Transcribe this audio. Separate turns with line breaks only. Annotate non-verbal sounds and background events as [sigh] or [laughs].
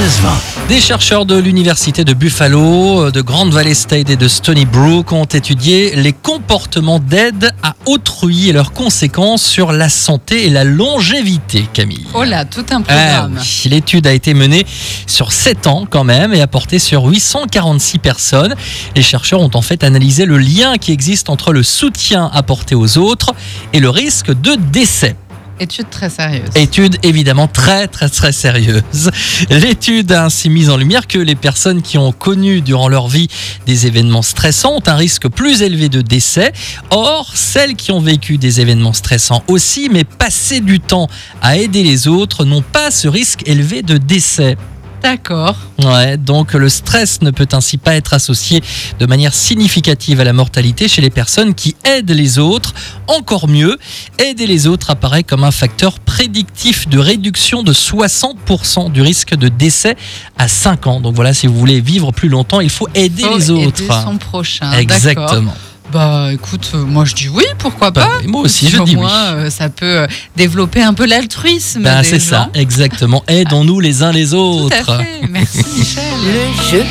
16-20.
Des chercheurs de l'université de Buffalo, euh, de Grand Valley State et de Stony Brook ont étudié les comportements d'aide à autrui et leurs conséquences sur la santé et la longévité, Camille.
Oh là, tout un
Ah
programme.
oui, L'étude a été menée sur 7 ans quand même et a porté sur 846 personnes. Les chercheurs ont en fait analysé le lien qui existe entre le soutien apporté aux autres et le risque de décès.
Étude très sérieuse.
Étude évidemment très très très sérieuse. L'étude a ainsi mis en lumière que les personnes qui ont connu durant leur vie des événements stressants ont un risque plus élevé de décès. Or, celles qui ont vécu des événements stressants aussi, mais passé du temps à aider les autres, n'ont pas ce risque élevé de décès.
D'accord.
Ouais, donc le stress ne peut ainsi pas être associé de manière significative à la mortalité chez les personnes qui aident les autres. Encore mieux, aider les autres apparaît comme un facteur prédictif de réduction de 60% du risque de décès à 5 ans. Donc voilà, si vous voulez vivre plus longtemps, il faut aider
Faut
les autres.
Aider son Ah, prochain. d'accord.
Exactement.
Bah écoute, euh, moi je dis oui, pourquoi
Bah
pas
oui, moi aussi, je
Au
dis oui.
moins, euh, ça peut euh, développer un peu l'altruisme.
Ben,
des
c'est
gens.
ça, exactement. Aidons-nous les uns les
Tout
autres.
à fait. Merci Michel.
[laughs] Le jeu